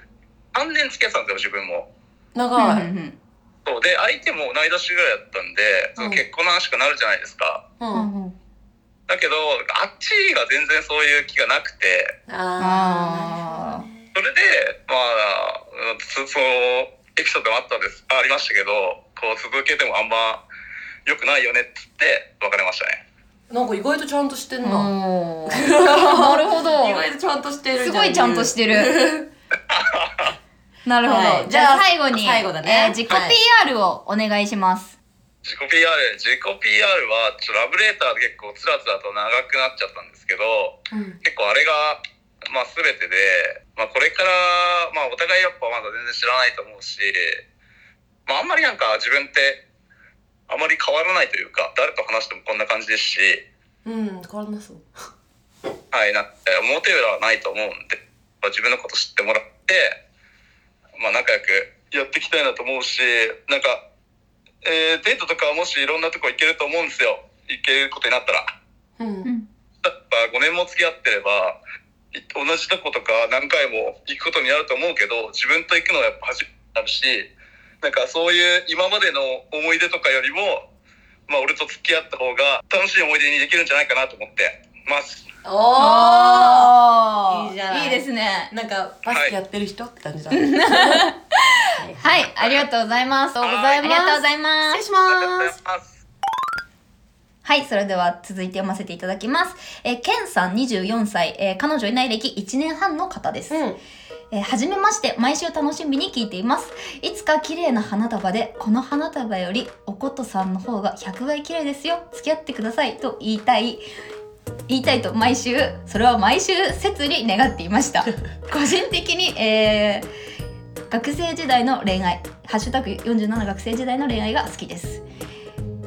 3年付き合ってたんですよ、自分も。長うい。んうんそうで、相手も同い年ぐらいだったんで、その結婚の話がなるじゃないですか。ううんん。だけど、あっちが全然そういう気がなくて、ああそれで、まあ、うんそそのエピソードもあったんです、ありましたけど、こう続けてもあんま良くないよねっつって別れましたね。ー。なんか意外とちゃんとしてん ー。な。おーなるほ意ど。外とちゃんとしてるじゃすごいちゃんとしてる。 なるほはいど。じゃあじゃあ最後に、最後だねえー自己 PR をお願いします。自己 PR、自己 PR は、ちょラブレーターで結構つらつらと長くなっちゃったんですけど、うん。結構あれが、まあ、全てで、まあ、これから、まあ、お互いやっぱまだ全然知らないと思うし、まあ、あんまりなんか自分ってあまり変わらないというか誰と話してもこんな感じですし、うん、変わらなそう。はい、なんか表裏はないと思うんで、まあ、自分のこと知ってもらって、まあ、仲良くやっていきたいなと思うしなんか、えーデートとかはもしいろんなとこ行けると思うんですよ行けることになったら。うん。やっぱ5年も付き合ってればい同じとことか何回も行くことになると思うけど自分と行くのはやっぱ初めてになるしなんかそういう今までの思い出とかよりも、まあ、俺と付き合った方が楽しい思い出にできるんじゃないかなと思ってます。おーいいいいじゃないですね。ーなんか、バスケやってる人って感じだね。はいはい、ありがとうございます。ありがとうござあいりがとうございま失す礼。しありがとうごまざすい。ますはい、それでは続いて読ませていただきます。えー、ケンさん24歳、えー彼女いない歴1年半の方です。うん。 えーはじめまして、毎週楽しみに聞いています。いつか綺麗な花束で、この花束よりおことさんの方が100倍綺麗ですよ。付き合ってくださいと言いたい。言いたいと毎週、それは毎週切に願っていました。個人的に、えー学生時代の恋愛、ハッシュタグ47学生時代の恋愛が好きです。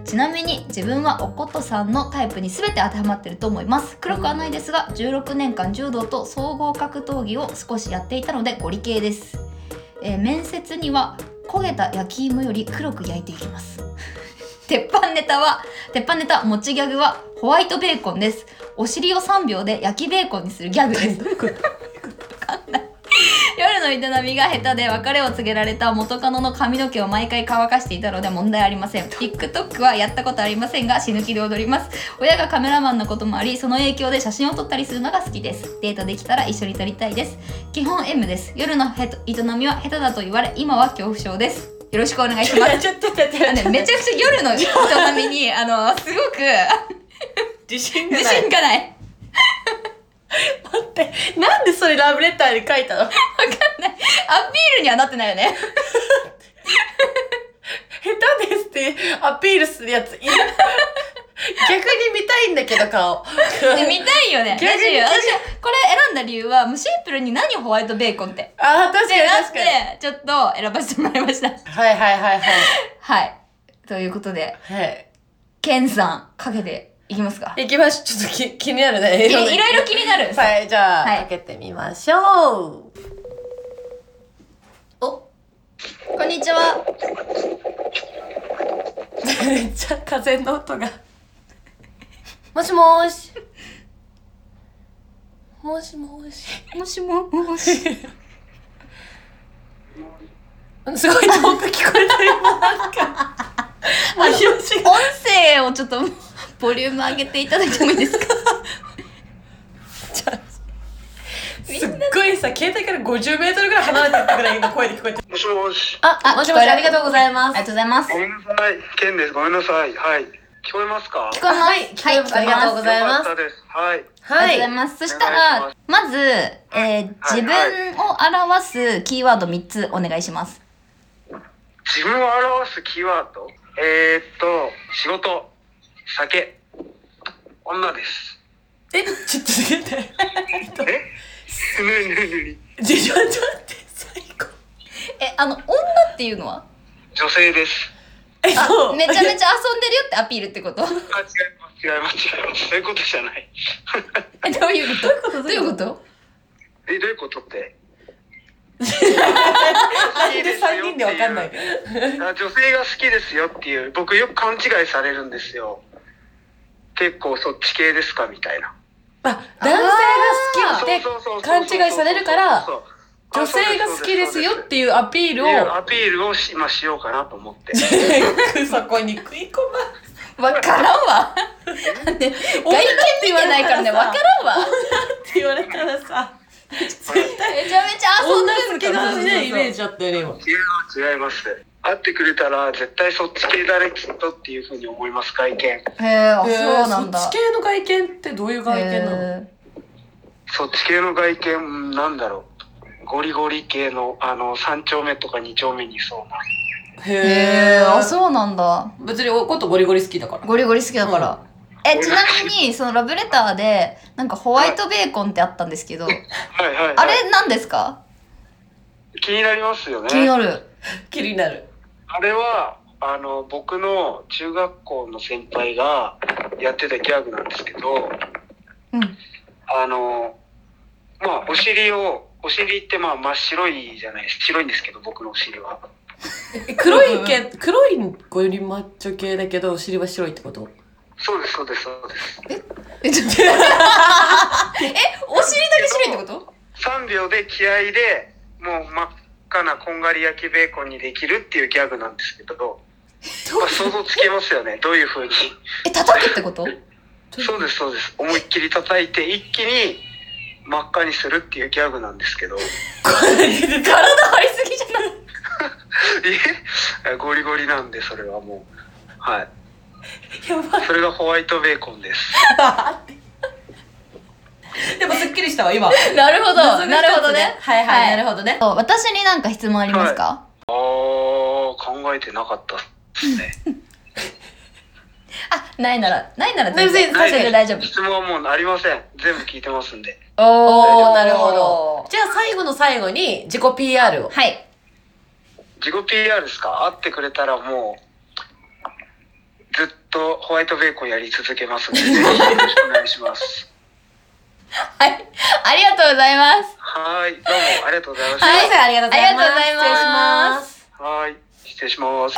ちなみに自分はおことさんのタイプに全て当てはまってると思います黒くはないですが16年間柔道と総合格闘技を少しやっていたのでご理系です、えー面接には焦げた焼き芋より黒く焼いていきます鉄板ネタは鉄板ネタ持ちギャグはホワイトベーコンですお尻を3秒で焼きベーコンにするギャグです夜の営みが下手で別れを告げられた元カノの髪の毛を毎回乾かしていたので問題ありません TikTok はやったことありませんが死ぬ気で踊ります親がカメラマンのこともありその影響で写真を撮ったりするのが好きですデートできたら一緒に撮りたいです基本 M です夜のへと営みは下手だと言われ今は恐怖症ですよろしくお願いしますちょっと待ってねめちゃくちゃ夜の営みにあのすごく自信自信がない待ってなんでそれラブレターに書いたの下アピールにはなってないよね手ですってアピールするやつ いる逆に見たいんだけど 顔で見たいよね。逆にだし私これ選んだ理由はもうシンプルに何ホワイトベーコンって。あー確かになっ確かにてちょっと選ばせてもらいました。はいはいはいははい。ということでいはいケンさんかけていきますか。行きましょうちょっとき気になるねいいろいろ気になる。はいじゃあ、はいかけてみましょうおこんにちは。 めっちゃ風の音がもしもーし もしもーしもしもも し。すごい遠く聞こえてる今なんか もしもし音声をちょっと ボリューム上げていただいてもいいですか。すっごいさ携帯から50メートルぐらい離れてったぐらいの声で聞こえてるもしもし。ああもし聞こもえしるありがとうございまありがすとうございます。ごめんなさい。ケンです。ごめんなさい。はい。聞こえますか。聞こえます。はい聞こえますありがとうございますよかったです。はい。あはりがとうございいます。そしたら、まず、えーはい自分を表すキーワード3つお願いします。自分を表すキーワードえー、っと、仕事、酒、女です。え、ちょっと待って。ぬにぬにぬに事情ちょっと待って、最高。えあの女っていうのは女性です。え、あそう。めちゃめちゃ遊んでるよゃ。ってアピールってことあ、違います。違います。違います。そういうことじゃない。 えどういうこと どういうことえ、どういうことって。なんで三人でわかんない。あ女性が好きですよっていう僕よく勘違いされるんですよ結構そっち系ですかみたいなあ、男性が好きってそうそうそうそう勘違いされるからそうあ女性が好きですよっていうアピールそうですそうですっていうをアピールをし今しようかなと思って そこに食い込まわからんわね外見見てないからねわからんわって言われたらさめちゃめちゃ遊ん女で好るきからのねイメージだったよね今違います会ってくれたら絶対そっち系だねきっとっていうふうに思います外見へえあえーそうなんだそっち系の外見ってどういう外見なの、へそっち系の外見うんなんだろうゴリゴリ系のあの3丁目とか2丁目にいそうなえへえあそうなんだ別におことゴリゴリ好きだからゴリゴリ好きだから、えゴリちなみにそのラブレターでなんかホワイトベーコンってあったんですけど、はいはい、はい、あれ何ですか気になりますよね気になる気になるあれは、あの、僕の中学校の先輩がやってたギャグなんですけど、うんあの、まあ、お尻を、お尻ってまあ真っ白いじゃないです白いんですけど、僕のお尻は。え黒いけ 黒いゴリマッチョ系だけどお尻は白いって ことそうです、そうです、そうです。えちょっとえ お尻だけ白いってこと3秒で気合で、もう真っ赤なこんがり焼きベーコンにできるっていうギャグなんですけど、まあ、想像つけますよね、どういう風に。え叩くってことそうです、そうです。思いっきり叩いて、一気に真っ赤にするっていうギャグなんです けど。体張りすぎじゃないえ ゴリゴリなんでそれはもうはいやばそれがホワイトベーコンです でもすっきりしたわ今なるほどなるほどねはいははいいなるほどねそう私になんか質問ありますか、あー考えてなかったっすねあないならないなら全然全然大丈夫質問はもうありません全部聞いてますんでおおーなるほどじゃあ最後の最後に自己 PR をはい自己 PR ですか会ってくれたらもうずっとホワイトベーコンやり続けます んでぜひよろしくお願いしますはいありがとうございますはいどうもありがとうございましはいすいませんありがとうございますありがとうございますたはい失礼します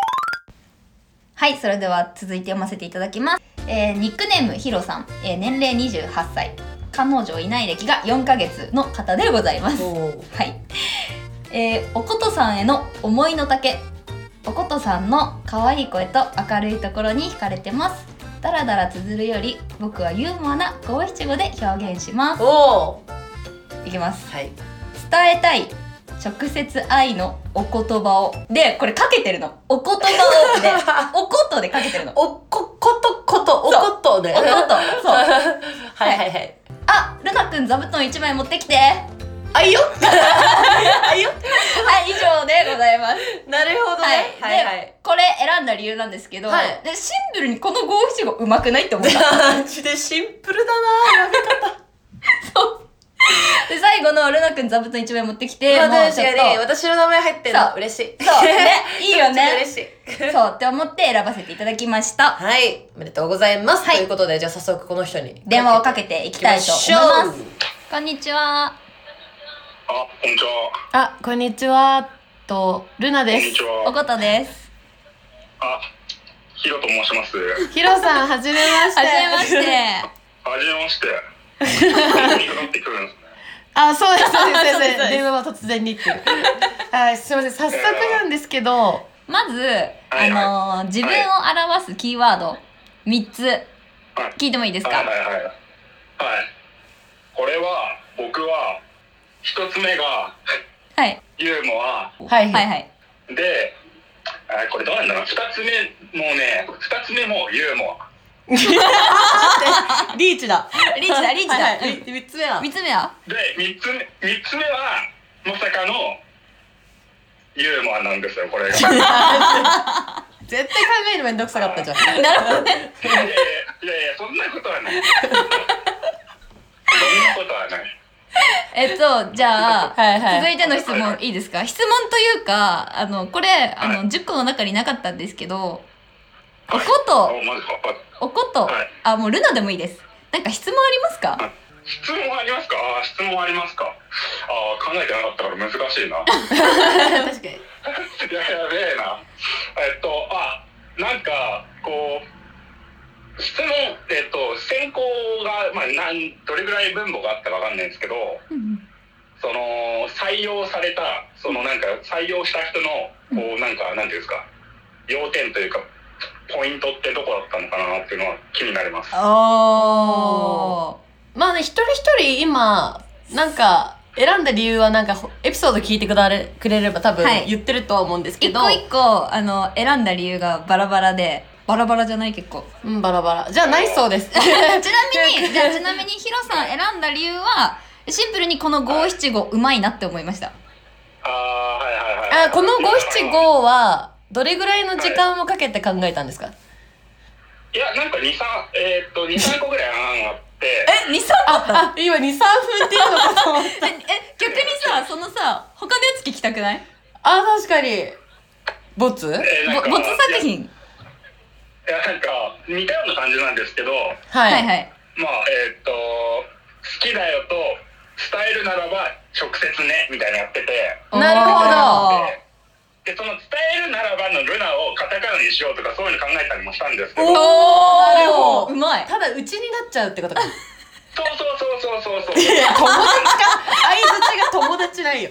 はい、それでは続いて読ませていただきます。えーニックネームヒロさん、えー年齢28歳、彼女いない歴が4ヶ月の方でございます。おーはい。えーおことさんへの思いの丈。おことさんの可愛い声と明るいところに惹かれてます。だらだら綴るより、僕はユーモアな五七五で表現します。おーいきます。はい伝えたい直接愛のお言葉をでこれかけてるのお言葉をでおことでかけてるのおこことことおことでおことそう はいはいはいあ、ルナくん座布団一枚持ってきて。あいよ あいよはい、以上でございます。なるほどはいね、はいはいこれ選んだ理由なんですけど、はいでシンプルにこの五七五うまくないって思った。 マジでシンプルだなで最後のルナくん座布団一枚持ってきて、もうちょっと私の名前入ってんの嬉しいそうね いいよね嬉しいそうって思って選ばせていただきました。はいおめでとうございます、はいということでじゃあ早速この人に電話をかけていきたいと思います。こんにちは。あ、こんにちは。あこんにちはとルナこでんにちおは。ことです。あ、ヒロと申します。ヒロさん はじめましはじめまして。はじめまして。ここにかかってくるんですね。あそうですそうです そうですそうです電話は突然にっていうはいすいません早速なんですけど まず、はあいのー自分を表すキーワード三つはい聞いてもいいですか。はいはいはい。はい。これは、僕は、一つ目が、はいユーモはア。いははいいはい。で、あこれどうなんだろう。二つ目もね、二つ目もユーモア。リーチだリーチだリーチだ。はいはい三つ目は三つ目はで、三つ目、三つ目は、まさかの、ユーモアなんですよこれ が絶対考えるのめんどくさかったじゃん。 なるほどね。いやいやいやいやそんなことはないそんなことはないえっと、じゃあ、はいはい続いての質問いいですか質問というか、あの、これ、あはの、10個の中になかったんですけど、おこあと、まずおこと、はいあ、もうルナでもいいです。なんか質問ありますか質問ありますかあー質問ありますかあー考えてなかったから難しいな 確かに。いや やべえなえっとあなんかこう質問えっと選考が、まあ、なんどれぐらい分母があったかわかんないんですけどうんその採用されたそのなんか採用した人のこうなんかなんていうんですか要点というかポイントってどこだったのかなっていうのは気になります。おー。まあね、一人一人今、なんか、選んだ理由はなんか、ほエピソード聞いてくだれくれれば多分はい言ってるとは思うんですけ一ど、個一個、あの、選んだ理由がバラバラで、バラバラじゃない結構。うん、バラバラ。じゃあないそうです。 ちなみに、じゃあちなみにヒロさん選んだ理由は、シンプルにこの五七五うまいなって思いました。ああはいはいはいはい。 あこの五七五は、どれぐらいの時間をかけて考えたんですかいやなんか二三えーっと二三個ぐらい案あって。え、二三あ、あ、今2、3分っていうの かと思った。え、え逆にさ、そのさ、他のやつ聞きたくないあ、確かに。ボツえーぼなんか没作品。いやなんか似たような感じなんですけどははいい。はい。まあえーっと「好きだよ」と「伝えるならば直接ね」みたいなのやっててなるほおーでその「伝えるならば」の「ルナ」をカタカナにしようとかそういうの考えたりもしたんですけどおーなるほどうまい。ただ、うちになっちゃうってことか。そうそうそうそう そうそういや友達か相槌が友達ないよ。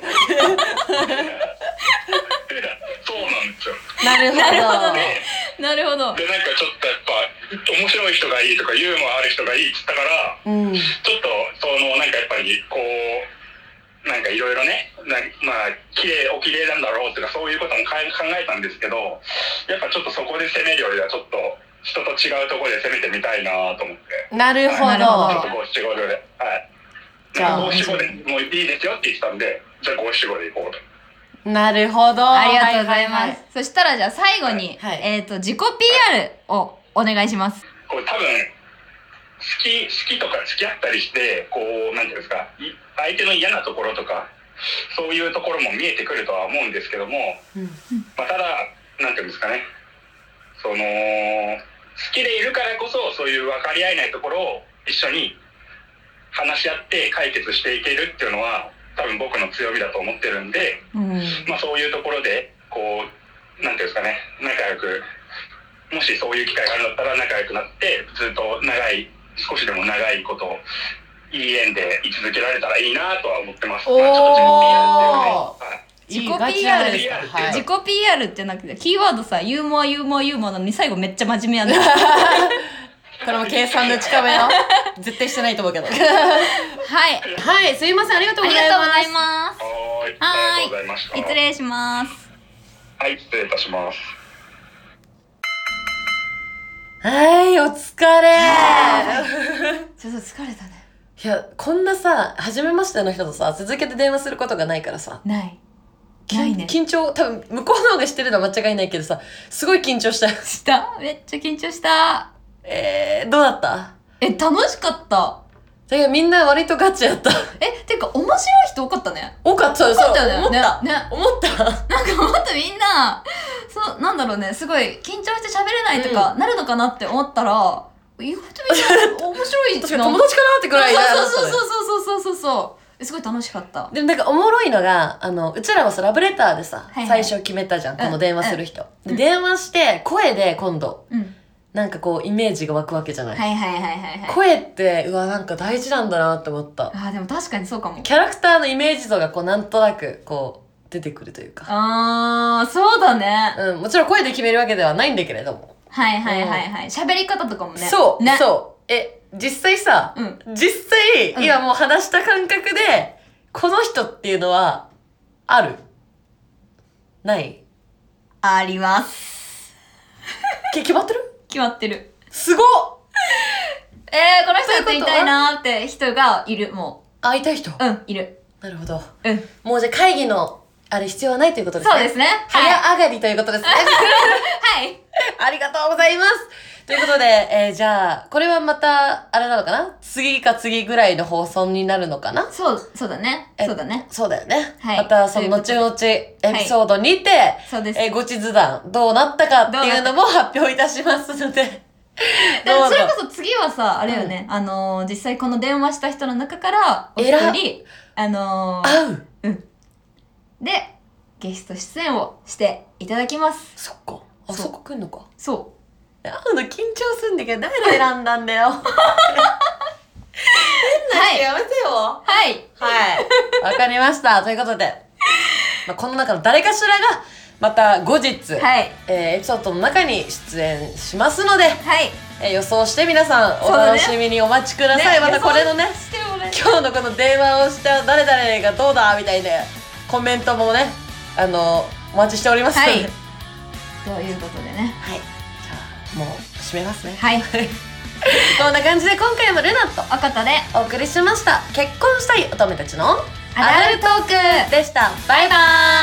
そうなんですよなるほど。なるほどねなるほど。でなんかちょっとやっぱ面白い人がいいとかユーモアある人がいいっつったからうん。ちょっとそのなんかやっぱりこうなんかいろいろねなまあ綺麗お綺麗なんだろうとかそういうこともかえ考えたんですけどやっぱちょっとそこで攻めるよりはちょっと人と違うところで攻めてみたいなと思ってなるほなるちょほど。っと五七五ではいじゃあ五七五でもういいですよって言ってたんでじゃあ五七五でいこうとなるほど。ありがとうございます。はははそしたらじゃあ最後に、はいえっ、と、自己 PR をお願いします。これ多分好き好きとか付き合ったりしてこうなんていうんですかい相手の嫌なところとかそういうところも見えてくるとは思うんですけどもうんまあ、ただなんていうんですかねその好きでいるからこそそういう分かり合えないところを一緒に話し合って解決していけるっていうのは多分僕の強みだと思ってるんで、うん。まあ、そういうところでこうなんていうんですかね仲良くもしそういう機会があるんだったら仲良くなってずっと長い少しでも長いこといい縁で居続けられたらいいなとは思ってます。まあちょっと自分でやっていうねはいいいガチじゃないですかは自己 PR 自い己 PR ってなくて、キーワードさ、ユーモアユーモアユーモアなのに最後めっちゃ真面目やな。 はい。これも計算の近め よ。絶対してないと思うけど。ありはい、すいません。ありがとうござがいとうござまいす。ます。はいありがとうございました。失礼します。はい、失礼いたします。はい、お疲れ。ちょっと疲れたね。いや、こんなさ、初めましての人とさ、続けて電話することがないからさ。ない。ないね。緊張、多分、向こうの方がしてるのは間違いないけどさ、すごい緊張した。しためっちゃ緊張した。えー、どうだったえ、楽しかった。だけどみんな割とガチやった。え、てか面白い人多かったね。多かったよ、多かったそうよ思ね。った。ね。ね思った。なんかもっとみんな、そう、なんだろうね、すごい緊張して喋れないとか、なるのかなって思ったら、意外とみんな面白い確かに友達かなってくらいだったのよそうそうそうそうそうそうそうそう。すごい楽しかった。でもなんかおもろいのが、あの、うちらはさ、ラブレターでさ、はいはい最初決めたじゃん、この電話する人。んで、電話して、声で今度、うん。なんかこう、イメージが湧くわけじゃない。はいはいはいはいはい。声って、うわ、なんか大事なんだなって思った。あー、でも確かにそうかも。キャラクターのイメージ像がこう、なんとなく、こう、出てくるというか。あー、そうだね。うん、もちろん声で決めるわけではないんだけれども。はいはいはいはい。喋り方とかもね。そう、ね。そう。え、実際さ、うん。実際、うん今もう話した感覚で、この人っていうのは、あるないあります。け決まってる決まってる。すごっえー、この人やってみたいなーって人がいる、も会いたい人、う。うん、いる。なるほど。うん。もうじゃあ会議のあれ必要はないということですね。そうですね。はい。早上がりということ ですね。はい。ありがとうございます。ということで、えーじゃあ、これはまた、あれなのかな次か次ぐらいの放送になるのかなそう、そうだね。えそうだね。そうだよね。はいまた、その後という々、エピソードにて、そうです。えーご地図談、どうなったかっていうのも発表いたしますので、でもそれどうぞこそ次はさ、あれよね、あのー、実際この電話した人の中から、お一偉人、あのー、会うで、ゲスト出演をしていただきます。そっか。あそうそこ来んのか。そ会うの緊張すんだけど、誰を選んだんだよ。う。はい。やめてよ。はい。はい。わかりました。ということで、まあ、この中の誰かしらが、また後日、はい。えーエピソードの中に出演しますので、はい。えー予想して皆さんおそうだ楽ねしみにお待ちください、またこれのね予想してもらえ今日のこの電話をした誰々がどうだみたいなコメントもねあのお待ちしておりますので、はいということでね。はいじゃあもう締めますね、はい。こんな感じで今回もルナとおことで、お送りしました結婚したい乙女たちのアダルトークでしたバイバーイ